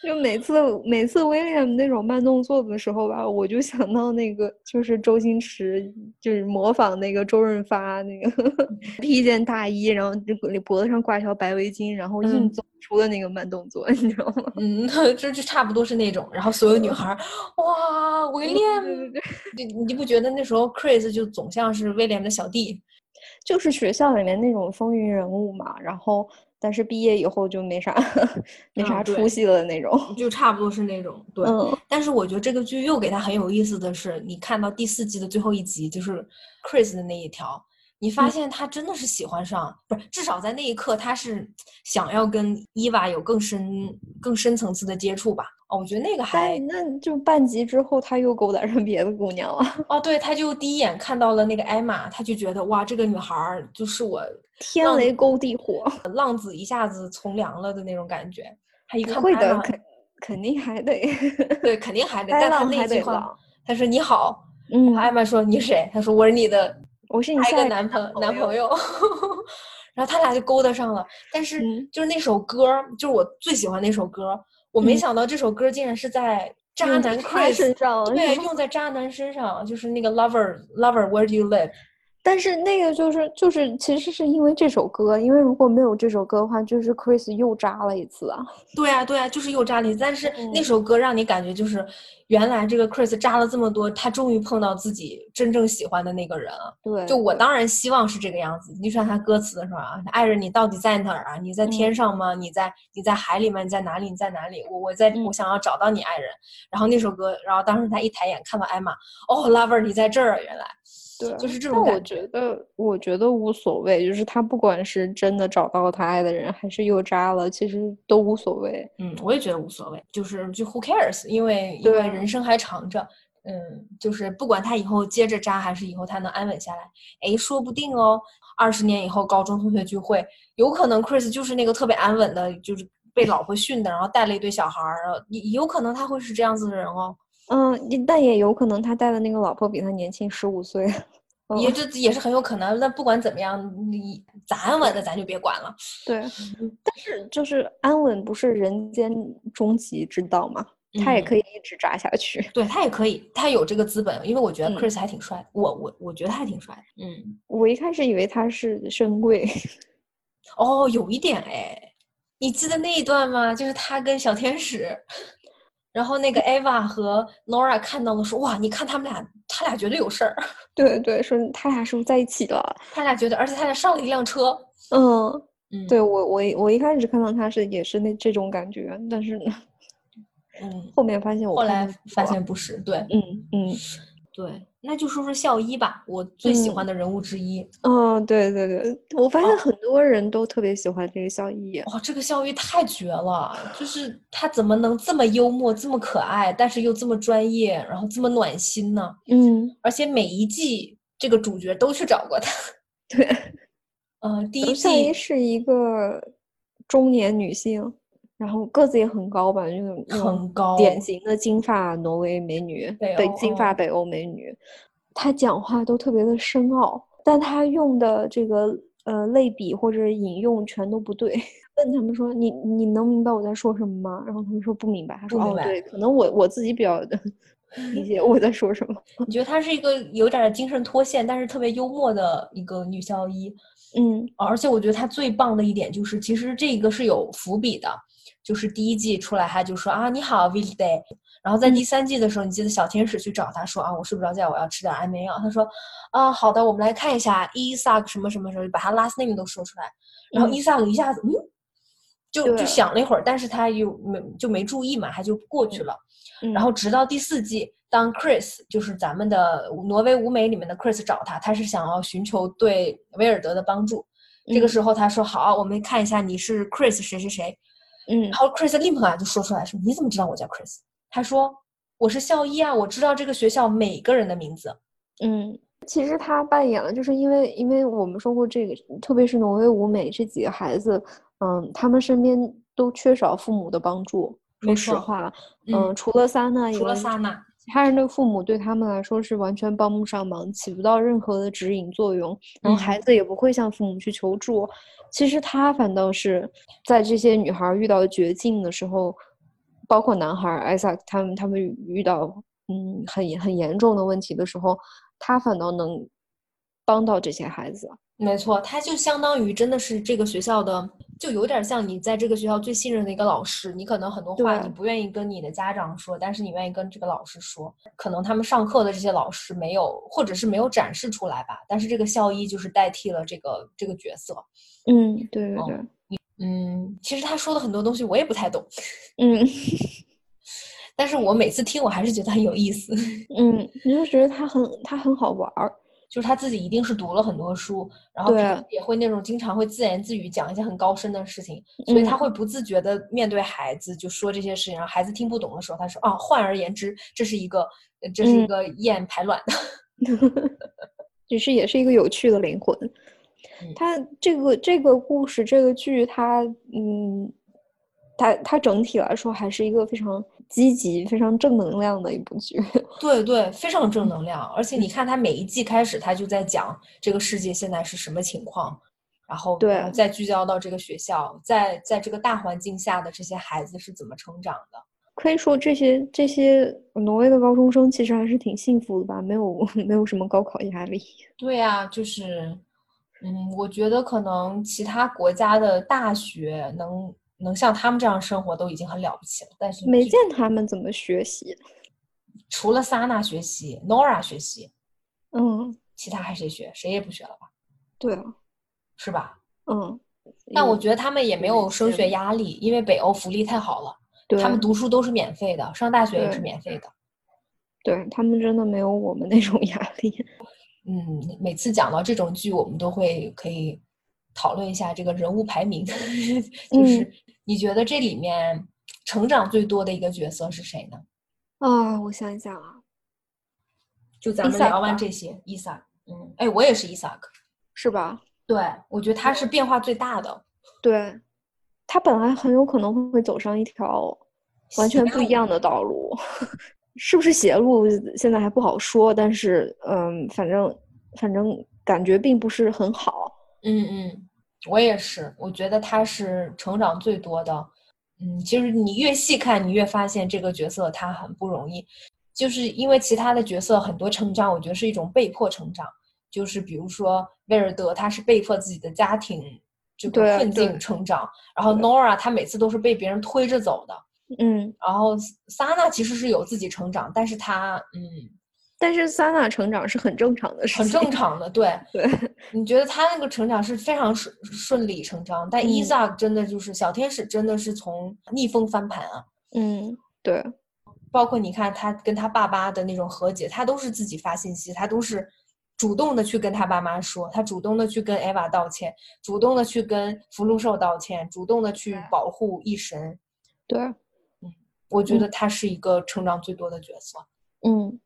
就每次每次 William 那种慢动作的时候吧，我就想到那个就是周星驰，就是模仿那个周润发那个 披件大衣，然后这个脖子上挂一条白围巾，然后硬
嗯
走出的那个慢动作， 你知道吗？
嗯， 就就差不多是那种，然后所有女孩儿，哇，威
对
廉，
对对，
你你不觉得那时候 Chris 就总像是威廉的小弟，
就是学校里面那种风云人物嘛，然后但是毕业以后就没啥 没啥
嗯对
出息了那种。
就差不多是那种对。
嗯，
但是我觉得这个剧又给他很有意思的是，你看到第四季的最后一集，就是 Chris 的那一条，你
嗯
发现他真的是喜欢上，不是至少在那一刻他是想要跟伊娃有更深、更深层次的接触吧。哦，我觉得那个还
但那就半集之后他又勾搭上别的姑娘 了，
哦，对，他就第一眼看到了那个艾玛，他就觉得哇，这个女孩儿就是我
天雷勾地火。
浪子一下子从良了的那种感觉。他一
不
看
会
艾
的，
玛，
肯肯定还 得
对，肯定还得。
该
但他
浪
那
还
句
得
话，
浪。
他说你好，
嗯，
艾玛说你谁？他说我是你的
我是你
下
下
一个
一
男朋男
朋
朋友，然后他俩就勾搭上了。但是
嗯
就是那首歌儿，就是我最喜欢那首歌儿，我没
嗯
想到这首歌儿竟然是在渣
用
男
在他
Chris
身上了
对
是吗
用在渣男身上，就是那个 lover lover where do you live？
但是那个就是就是，其实是因为这首歌，因为如果没有这首歌的话，就是 Chris 又渣了一次啊。
对啊对啊，就是又渣了一次。但是那
嗯
首歌让你感觉就是原来这个 Chris 渣了这么多，他终于碰到自己真正喜欢的那个人啊了。
对，
就我当然希望是这个样子。你就像他歌词的时候啊，爱人你到底在哪儿啊？你在天
嗯
上吗？你在你在海里吗？你在哪里？你在哪里？我我在、我
嗯
想要找到你爱人。然后那首歌，然后当时他一抬眼看到艾玛，哦，lover 你在这儿啊，原来
对，
就是这
但
种
我
感
觉得，我觉得无所谓，就是他不管是真的找到他爱的人，还是又渣了，其实都无所谓。
嗯，我也觉得无所谓，就是就 who cares，因为因为
对
人生还长着。嗯，就是不管他以后接着渣，还是以后他能安稳下来，哎，说不定哦，二十年以后高中同学聚会，有可能 Chris 就是那个特别安稳的，就是被老婆训的，然后带了一堆小孩儿，然后也有可能他会是这样子的人哦，
嗯，也但也有可能他带的那个老婆比他年轻十五岁。嗯
也这也是很有可能。但不管怎么样，你咋安稳的咱就别管了。
对，但是就是安稳不是人间终极之道嘛，他也
嗯
可以一直渣下去。
对他也可以，他有这个资本，因为我觉得
嗯
Chris 还挺帅的，我我我觉得他还挺帅的，嗯，
我一开始以为他是深贵，
哦，有一点哎，你记得那一段吗？就是他跟小天使，然后那个 Eva 和 Nora 看到了，说哇，你看他们俩，他俩绝对有事儿，
对对，说他俩是不是在一起了？
他俩绝对，而且他俩上了一辆车，
嗯，
嗯，
对，我我一我一开始看到他是也是那这种感觉，但是
嗯，
后面发现我
后
看
来
他不
发
了
现不是，对
嗯嗯
对，那就说说校医吧，我最喜
嗯
欢的人物之一，
哦，对对对，我发
哦
现很多人都特别喜欢这个啊校医，
哇，这个校医太绝了，就是他怎么能这么幽默、这么可爱，但是又这么专业，然后这么暖心呢？
嗯，
而且每一季这个主角都去找过他。
对，
呃，第
然
一
后校医
季
是一个中年女性，然后个子也很高吧，就是那种
很高，
典型的金发挪威美女，
北
北
欧
金发
嗯
北欧美女，她讲话都特别的深奥，但她用的这个呃类比或者引用全都不对。 问他们说你你能明白我在说什么吗？然后他们说不明白。他说
不明
哦
白
对，可能我我自己比较 理解我在说 什么。
你觉得她是一个有点儿精神脱线，但是特别幽默的一个女校医。呃
嗯
而且我觉得她最棒的一点就是，其实这个是有伏笔的，就是第一季出来她就说啊你好 v i l d a y 然后在
嗯
第三季的时候，你记得小天使去找她说啊我睡不着觉，我要吃点安眠药。她说啊好的，我们来看一下伊萨克什么什么什么，把她 last name 都说出来。然后
嗯
伊萨克一下子嗯，就就
对
想了一会儿，但是他又没就没注意嘛，他就过去了。
嗯，
然后直到第四季，当 Chris 就是咱们的挪威舞美里面的 Chris 找他，他是想要寻求对威尔德的帮助。这个
嗯
时候他说：“好，我们看一下你是 Chris 谁谁谁。”
嗯
然后 Chris 立马就说出来说：“你怎么知道我叫 Chris？” 他说：“我是校医啊，我知道这个学校每个人的名字。
嗯，其实他扮演了，就是因为因为我们说过这个，特别是挪威舞美这几个孩子，嗯，他们身边都缺少父母的帮助。
没
说实
错
话，
嗯
嗯，除了萨娜以
除了
外，
萨娜，
其他人的父母对他们来说是完全帮不上忙，起不到任何的指引作用，然后孩子也不会向父母去求助。其实他反倒是在这些女孩儿遇到绝境的时候，包括男孩儿艾萨克他们，他们遇到嗯很很严重的问题的时候，他反倒能帮到这些孩子。
没错，他就相当于真的是这个学校的，就有点像你在这个学校最信任的一个老师。你可能很多话
对
你不愿意跟你的家长说，但是你愿意跟这个老师说。可能他们上课的这些老师没有，或者是没有展示出来吧。但是这个校医就是代替了这个这个角色。
嗯，对对对，
嗯，其实他说的很多东西我也不太懂，
嗯
但是我每次听我还是觉得很有意思。
嗯，你就觉得他很他很好玩儿。
就是他自己一定是读了很多书，然后平
对
时也会那种经常会自言自语讲一些很高深的事情，所以他
嗯
会不自觉的面对孩子就说这些事情，然后孩子听不懂的时候，他说啊，换而言之，这是一个呃这是一
嗯
个验排卵 的，
只是也是一个有趣的灵魂
嗯。
它这个这个故事这个剧，它嗯，它它整体来说还是一个非常积极、非常正能量的一部剧。
对对，非常正能
嗯
量。而且你看他每一季开始，他就在讲这个世界现在是什么情况，然后
对
然后再聚焦到这个学校，在在这个大环境下的这些孩子是怎么成长的。
可以说这些这些挪威的高中生其实还是挺幸福的吧，没有 没有什么高考压力。
对呀，就是，嗯，我觉得可能其他国家的大学能能像他们这样生活都已经很了不起了，但嗯是
没
这
见他们怎么学习。
除了萨娜学习，Nora 学习，
嗯，
其他还谁学？谁也不学了吧？
对啊，
是吧？
嗯。
但我
有
觉得他们也没
有一
有升学
些
压力，因为北欧福利太好了，
对
他们读书都是免费的，上大学也是
对
免费的。
对他们真的没有我们那种压力。
嗯，每次讲到这种剧，我们都会可以讨论一下这个人物排名， 就是
嗯
你觉得这里面成长最多的一个角色是谁呢？
啊，我想一想啊，
就咱们
Isaac
聊完
吧
这些，伊萨，嗯，哎，我也是伊萨克，
是吧？
对，我觉得他是变化最大的，
对，他本来很有可能会走上一条完全不一
路
样的道路， 是不是邪路现在还不好说，但是嗯，反正反正感觉并不是很好。
嗯嗯，我也是，我觉得他是成长最多的。嗯，其实你越细看，你越发现这个角色他很不容易，就是因为其他的角色很多成长，我觉得是一种被迫成长。就是比如说威尔德，他是被迫自己的家庭这个
对
困境
对
成长，然后
对
Nora 她每次都是被别人推着走的，
嗯，
然后萨娜其实是有自己成长，但是她嗯
但是萨娜成长是很正常的事
很
情，
正常的，对，
对，
你觉得他那个成长是非常顺顺理成章，但伊
嗯
萨真的就是小天使，真的是从逆风翻盘啊！
嗯，对，
包括你看他跟他爸妈的那种和解，他都是自己发信息，他都是主动的去跟他爸妈说，他主动的去跟 Eva 道歉，主动的去跟福禄寿道歉，主动的去
对
保护一神。
对，
我觉
嗯
得他是一个成长最多的角色。
嗯，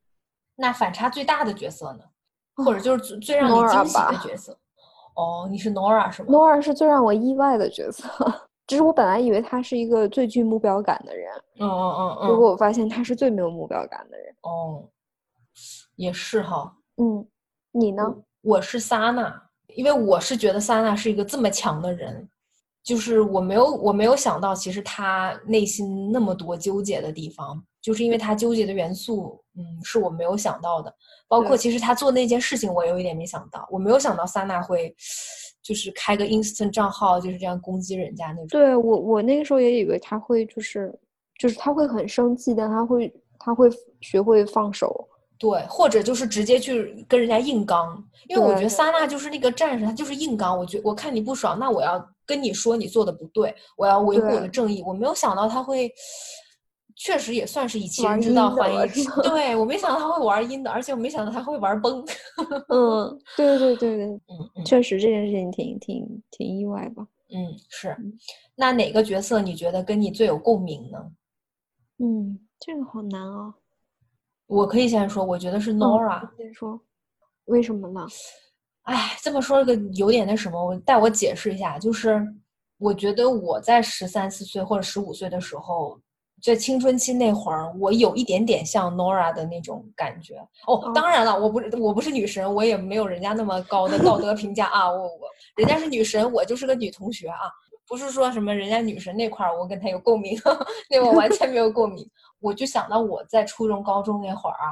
那反差最大的角色呢？或者就是最最让你
啊 Nora
惊喜的
吧
角色？哦，你是 Nora 是吗？
诺尔是最让我意外的角色， 就是我本来以为他是一个最具目标感的人，
嗯嗯嗯嗯。
结果我发现他是最没有目标感的人。
哦，也是哈。
嗯，你呢？
我是萨娜，因为我是觉得萨娜是一个这么强的人，就是我没有我没有想到，其实她内心那么多纠结的地方，就是因为她纠结的元素，嗯，是我没有想到的。包括
对
其实她做那件事情，我有一点没想到，我没有想到萨娜会，就是开个 instant 账号，就是这样攻击人家那种。
对，我，我那个时候也以为他会就是就是他会很生气，但他会他会学会放 手。
对，或者就是直接去跟人家硬刚，因为我
对
觉得
对
萨娜就是那个战士，她就是硬刚。我觉我看你不爽，那我要跟你说你做的不对，我要维护我的
对
正义。我没有想到她会，确实也算是以其人
玩
之道
阴的
还
了
以之
是吗
对我没想到她会玩阴的，而且我没想到她会玩崩。
嗯，对对对对，
嗯嗯
确实这件事情挺挺挺意外吧。
嗯，是。那哪个角色你觉得跟你最有共鸣呢？
嗯，这个好难啊。
我可以先说，我觉得是
嗯
Nora。
你先说，为什么呢？
哎，这么说个有点那什么，我带我解释一下，就是我觉得我在十三四岁或者十五岁的时候，在青春期那会儿，我有一点点像 Nora 的那种感觉。哦
哦，
当然了，我不是我不是女神，我也没有人家那么高的道德评价啊，我我人家是女神，我就是个女同学啊，不是说什么人家女神那块儿我跟她有共鸣， 那我完全没有共鸣。我就想到我在初中、高中那会儿啊，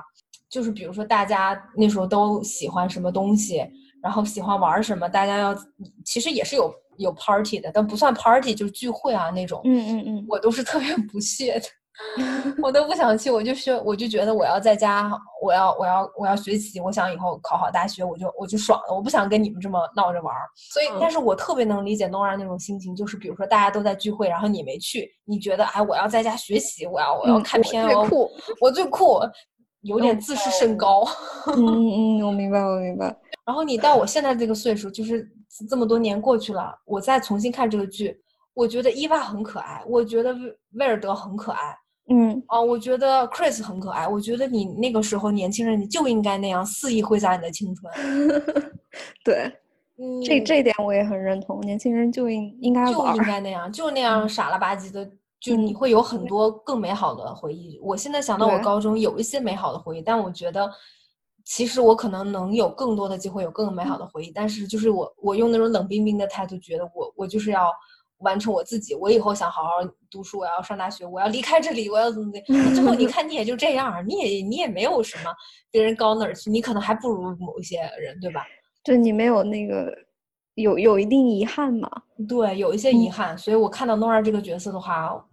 就是比如说大家那时候都喜欢什么东西，然后喜欢玩什么，大家要其实也是有有 party 的，但不算 party 就是聚会啊那种。
嗯嗯 嗯，
我都是特别不屑的， 我都不想去，我就学，我就觉得我要在家，我要我要我要学习，我想以后考好大学，我就我就爽了，我不想跟你们这么闹着玩儿。所以，
嗯
但是我特别能理解诺让那种心情，就是比如说大家都在聚会，然后你没去，你觉得哎，我要在家学习，我要我要
嗯
看
我
片
最
哦，
酷
我最酷，有点自视甚高。
嗯嗯嗯，我明白，我明白。
然后你到我现在这个岁数，就是这么多年过去了，我再重新看这个剧，我觉得伊娃很可爱，我觉得威威尔德很可爱
嗯，
啊，我觉得 Chris 很可爱，我觉得你那个时候年轻人你就应该那样肆意挥洒你的青春。
对，
嗯，
这这一点我也很认同，年轻人就应应该
就
玩
应
儿。
该那样，就那样傻了吧唧的，就你
嗯
会有很多更美好的回忆。我现在想到我
对
高中有一些美好的回忆，但我觉得其实我可能能有更多的机会，有更美好
嗯
的回忆。但是就是我，我用那种冷冰冰的态度，觉得我我就是要完成我自己，我以后想好好读书，我要上大学，我要离开这里，我要怎么怎 么样。那最后你看你也就这样儿，你也你也没有什么别人高哪儿去，你可能还不如某一些人，对吧？
就你没有那个，有有一定遗憾嘛？
对，有一些遗
嗯
憾，所以我看到诺儿这个角色的话，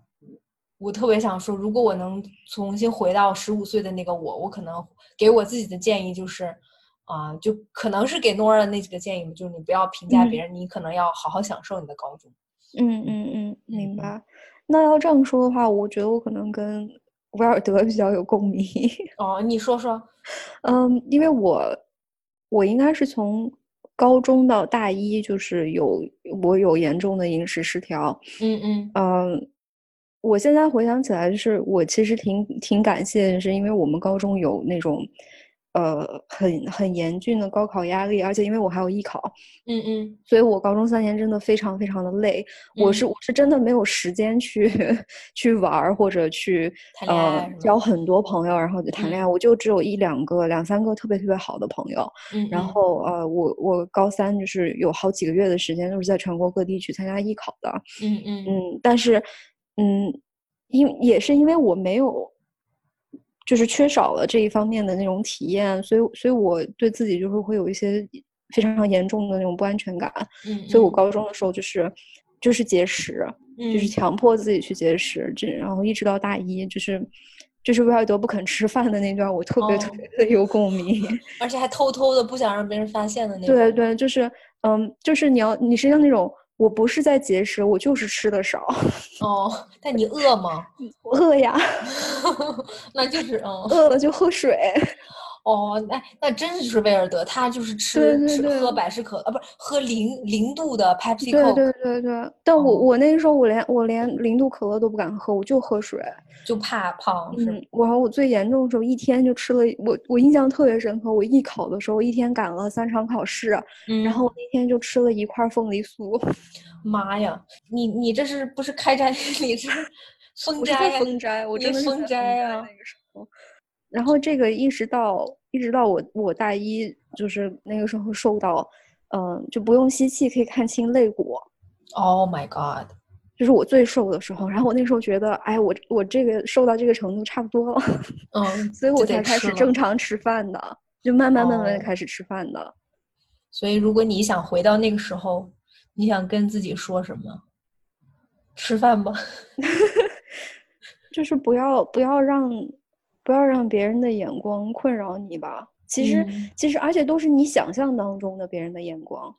我特别想说，如果我能重新回到十五岁的那个我，我可能给我自己的建议就是，啊、就可能是给诺儿的那几个建议，就是你不要评价别人，你可能要好好享受你的高中。
嗯嗯嗯，明
嗯
白。那要这样说的话，我觉得我可能跟威尔德比较有共鸣。
哦，你说说，
嗯，因为我我应该是从高中到大一，就是有我有严重的饮食失调。
嗯嗯
嗯，我现在回想起来，就是我其实挺挺感谢的，是因为我们高中有那种呃很很严峻的高考压力，而且因为我还有艺考，
嗯嗯，
所以我高中三年真的非常非常的累。我是
嗯
我是真的没有时间去 去玩儿或者去
谈恋爱
呃
是吗
交很多朋友，然后就谈恋爱。我就只有一两个、两三个特别特别好的朋友。
嗯，
然
嗯
后呃，我我高三就是有好几个月的时间都是在全国各地去参加艺考的。
嗯嗯
嗯，但是，嗯，因也是因为我没有，就是缺少了这一方面的那种体验，所以所以我对自己就是会有一些非常严重的那种不安全感。
嗯，
所以我
嗯
高中的时候就是就是节食，就是
嗯
强迫自己去节食，这然后一直到大一，就是就是威尔德不肯吃饭的那段，我特别特
哦
别的有共 鸣。
而且还偷偷的不想让别人发现的那种。
对对，就是嗯，就是你要你实际上那种。我不是在节食，我就是吃的少，
哦，但你饿吗？
我饿呀。
那就是嗯。
饿了就喝水。
哦，那那真是威尔德，他就是吃
对
吃
对
喝百事可啊，不是喝零零度的 Pepsi
对
Coke，
对对对，但我
哦
我那个时候我连我连零度可乐都不敢喝，我就喝水。
就怕胖哦是吗
嗯，我然后我最严重的时候一天就吃了，我我印象特别深刻，我艺考的时候一天赶了三场考试，
嗯，
然后我那天就吃了一块儿凤梨酥，
妈呀，你你这是不是开斋？你是封
我是
斋
在
呀？
封斋，我
你
真的是在
封斋啊
那个时候。然后这个一直到一直到我我大一就是那个时候瘦到，嗯、就不用吸气可以看清肋骨，
Oh my god！
就是我最瘦的时候，然后我那时候觉得，哎，我我这个瘦到这个程度差不多了，
嗯，
所以我
就得
才开
吃
始
了
正常吃饭的，就慢慢慢慢
哦
地开始吃饭的。
所以如果你想回到那个时候，你想跟自己说什么？吃饭吧。
就是不要不要让不要让别人的眼光困扰你吧。其实、
嗯
其实，而且都是你想象当中的别人的眼光，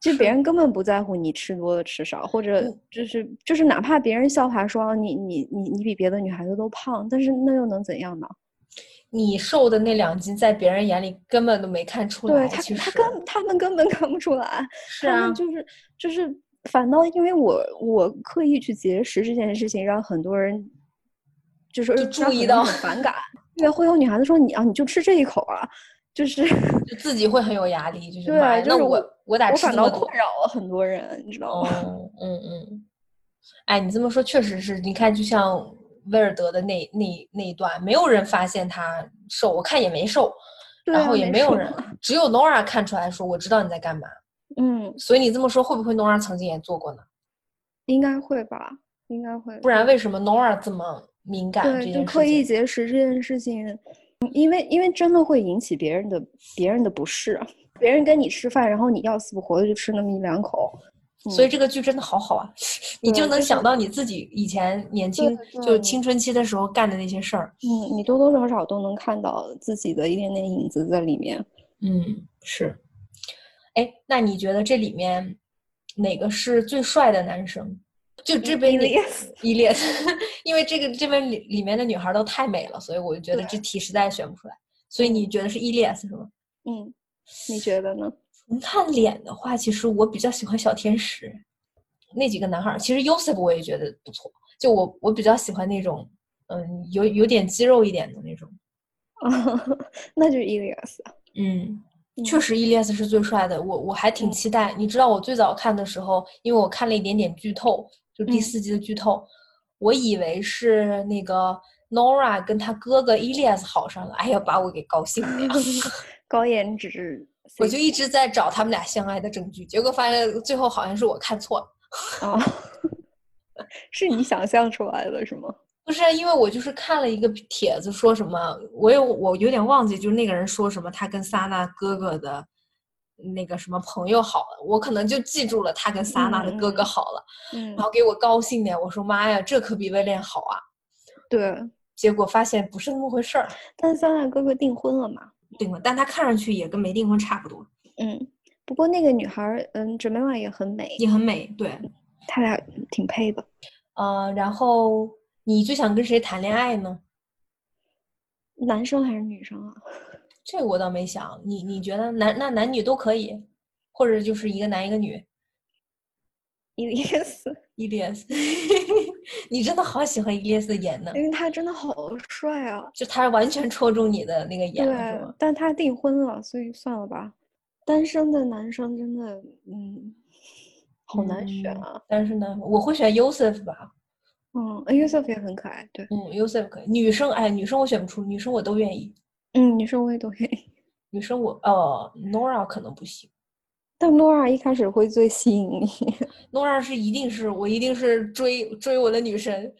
就别
是
人根本不在乎你吃多了吃少，或者
嗯
就是就是哪怕别人笑话说啊你你你你比别的女孩子都胖，但是那又能怎样呢？
你瘦的那两斤，在别人眼里根本都没看出
对
来。
他
其
他
实
根他们根本看不出来。
是
他
啊
们，就是就是，反倒因为我我刻意去节食这件事情，让很多人就是
就
让
注
很
意
多人
到
很反感，对，会有女孩子说你啊，你就吃这一口啊，就是
就自己会很有压力，就是
对
妈呀
就
那
是
我我咋
我
吃
反
这
倒
么多
困？扰了很多人，你知道
哦
吗？，
嗯嗯，哎，你这么说确实是，你看，就像威尔德的那那那一段，没有人发现他瘦，我看也没瘦，
对
然
啊
后也
没
没有
错
人，只有 Nora 看出来说，我知道你在干嘛。
嗯，
所以你这么说，会不会 Nora 曾经也做过呢？
应该会吧，应该会
不。然为什么 Nora 这么敏感这
对，就
件
刻
事
意
情？
节食这件事情，嗯因为因为真的会引起别人的别人的不适，别人跟你吃饭，然后你要死不活的就吃那么一两口。嗯
所以这个剧真的好好啊， 你就
对
能
就是
想到你自己以前年轻
对
就
对
青春期的时候干的那些事儿。
嗯，你多多少少都能看到自己的一点点影子在里面。
嗯，是。哎，那你觉得这里面哪个是最帅的男生？就这边你依恋， 因为这个这边里里面的女孩都太美了，所以我就觉得
对
这题实在选不出来。所以你觉得是依恋是吗？
嗯，你觉得呢？
纯看脸的话，其实我比较喜欢小天使那几个男孩儿。其实 Yosef 我也觉得不错，就我我比较喜欢那种，嗯，有有点肌肉一点的那种。
啊，那就是伊利亚斯。
嗯，
啊嗯
确实 Elias 是最帅的，我我还挺
嗯
期待。你知道我最早看的时候，因为我看了一点点剧透，就第
嗯
四集的剧透，我以为是那个 Nora 跟他哥哥 Elias 好上了，哎呀，把我给高兴 的呀！
高颜值 CP，
我就一直在找他们俩相爱的证据，结果发现最后好像是我看错了。
啊， 是你想象出来的是吗？
不是啊因为我就是看了一个帖子，说什么我有我有点忘记，就是那个人说什么他跟萨娜哥哥的那个什么朋友好了，我可能就记住了他跟萨娜的哥哥
嗯嗯嗯
好了，
嗯
然后给我高兴点，我说妈呀，这可比威廉好啊！
对。
结果发现不是那么回事儿，
但三大哥哥订婚了嘛？
订婚，但他看上去也跟没订婚差不多，
嗯，不过那个女孩儿，嗯，Jemima 也很美，
也很美，对，
他俩挺配的。
呃，然后你最想跟谁谈恋爱呢？
男生还是女生啊？
这个我倒没想，你你觉得男那男女都可以，或者就是一个男一个女。
伊丽亚斯，
伊列斯， 你真的好喜欢伊列斯的颜呢，
因为他真的好帅啊。
就他完全戳中你的那个
对
眼了，是吗？，
但他订婚了，所以算了吧。单身的男生真的，嗯，好难选
嗯
啊。
但是呢，我会选 Yosef 吧，
嗯 y o s e f 也很可爱，对，
嗯，Yosef 可以。女生，哎，女生我选不出，女生我都愿意。
嗯，女生我也都可以。
女生我，呃，Nora 可能不行
但 Nora 一开始会最吸引你，
，Nora 是一定是我一定是追追我的女 神，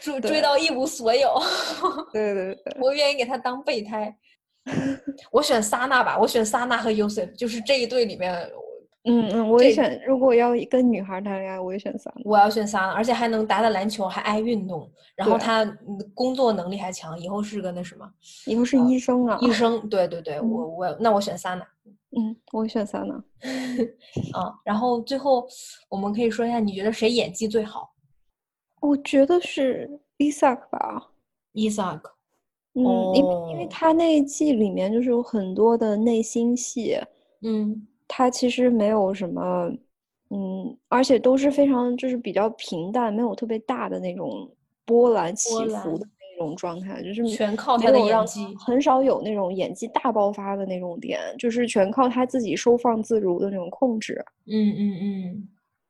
追追
对
到一无所有，
对对对，
我愿意给她当备胎。 我选莎娜吧，我选莎娜和 Yosef，就是这一对里面，
嗯嗯，我也
这
选。如果要跟女孩儿谈恋爱，我也选三。
我要选萨拉，而且还能打打篮球，还爱运动，然后
对
他嗯工作能力还强，以后是个那什么
以后是
啊
医生啊。
医生。对对对，
嗯
我我那我选萨娜
嗯，我选三呢。
啊。然后最后我们可以说一下，你觉得谁演技最好
我觉得是 Isaac 吧。
？Isaac，
嗯，因为因为
哦
他那一季里面就是有很多的内心戏，
嗯
他其实没有什么，嗯，而且都是非常就是比较平淡，没有特别大的那种波澜起
波澜
伏的那种状态，就是
全靠
没
他的
有
演
让
技
很少有那种演技大爆发的那种点，就是全靠他自己收放自如的那种控制。
嗯嗯嗯，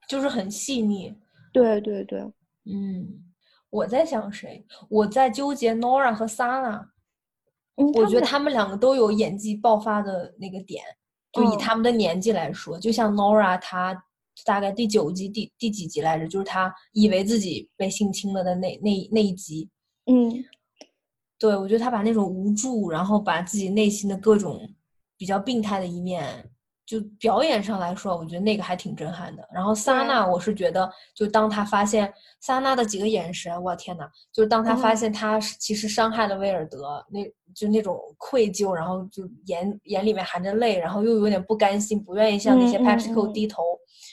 就是很细腻。
对对对，
嗯，我在想谁？我在纠结 Nora 和 Sana。
嗯，
我
他
觉得
们
他们两个都有演技爆发的那个点，就以
嗯
他们的年纪来说，就像 Nora 她大概第九集第第几集来着，就是她以为自己被性侵了的那那那一集。
嗯，
对，我觉得她把那种无助，然后把自己内心的各种比较病态的一面，就表演上来说，我觉得那个还挺震撼的。然后莎
对
娜，我是觉得，就当她发现莎娜的几个眼神，我天呐，就是当她发
嗯
现她是其实伤害了威尔德，那就那种愧疚，然后就眼眼里面含着泪，然后又有点不甘心，不愿意向那些
嗯嗯
PepsiCo
嗯
低头。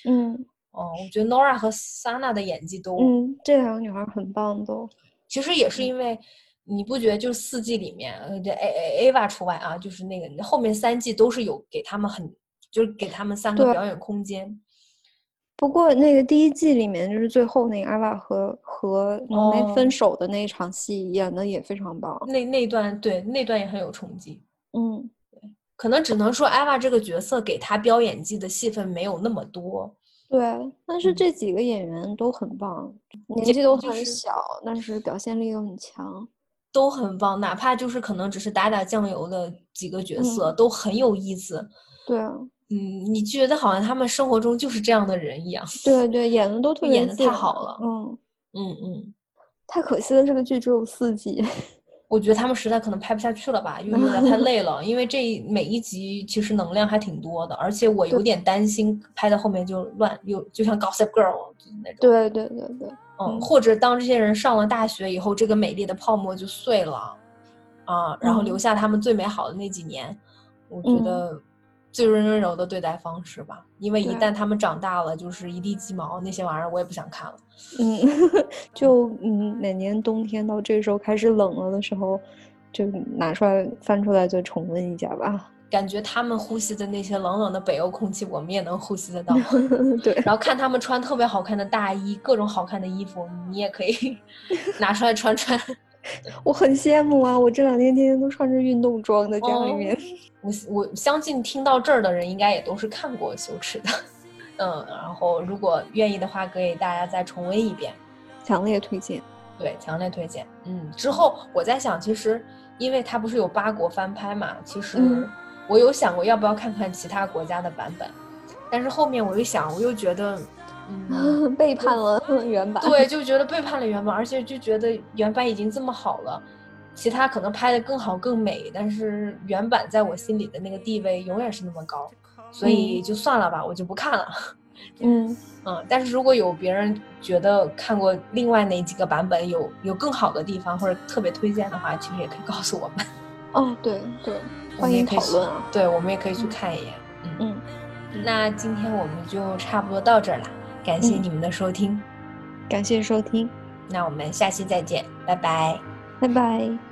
嗯
哦，我觉得 Nora 和莎娜的演技都，
嗯，这两个女孩儿很棒都。
其实也是因为你不觉得，就是四季里面，呃，这 A A Ava 除外啊，就是那个后面三季都是有给他们很，就是给他们三个
对
表演空间。
不过那个第一季里面，就是最后那个阿瓦和和浓眉
哦
分手的那一场戏，演的也非常棒。
那那段对那段也很有冲击，
嗯，
可能只能说 Ava 这个角色给她飙演技的戏份没有那么多。
对。但是
嗯
这几个演员都很棒，年
这
纪都
就
很
是
小，但是表现力又很强。
都很棒，哪怕就是可能只是打打酱油的几个角色、都很有意思。
对啊，
嗯，你觉得好像他们生活中就是这样的人一样。
对对，演的都特别
演得
自
太好
然
了
嗯，
嗯嗯，
太可惜了，这个剧只有四集。
我觉得他们实在可能拍不下去了吧，因为有点太累了。因为这每一集其实能量还挺多的，而且我有点担心拍到后面就乱，又就像 Gossip Girl 那种。
对对对对，
嗯，或者当这些人上了大学以后，这个美丽的泡沫就碎了，啊，然后留下他们最美好的那几年。我觉得最温柔的对待方式吧，因为一旦他们长大了，就是一地鸡毛，那些玩意儿我也不想看了。
嗯， 就嗯，每年冬天到这时候开始冷了的时候，就拿出来翻出来就重温一下吧。
感觉他们呼吸的那些冷冷的北欧空气，我们也能呼吸得到。
对，
然后看他们穿特别好看的大衣，各种好看的衣服，你也可 以拿出来穿穿。
我很羡慕啊！我这两天天天都穿着运动装在
哦
家里面。
我我相信听到这儿的人应该也都是看过《羞耻》的，嗯，然后如果愿意的话，可以大家再重温一遍，
强烈 推荐。
对，强烈推荐。嗯，之后我在想，其实因为它不是有八国翻拍嘛，其实
嗯
我有想过要不要看看其他国家的版本，但是后面我一想，我又觉得， 嗯。
背叛了 原版。
对，就觉得背叛了原版，而且就觉得原版已经这么好了，其他可能拍的更好更美，但是原版在我心里的那个地位永远是那么高，所以
嗯
就算了吧，我就不看了。
嗯，
嗯，但是如果有别人觉得看过另外哪几个版本有有更好的地方或者特别推荐的话，其实也可以告诉我们，
哦，对对，
我
欢
们也
迎
可以
讨
去
论啊。
对，我们也可以去看一眼。嗯
嗯，
那今天我们就差不多到这儿了，感谢
嗯
你们的收听，
感谢收听，
那我们下期再见，拜拜。
拜拜。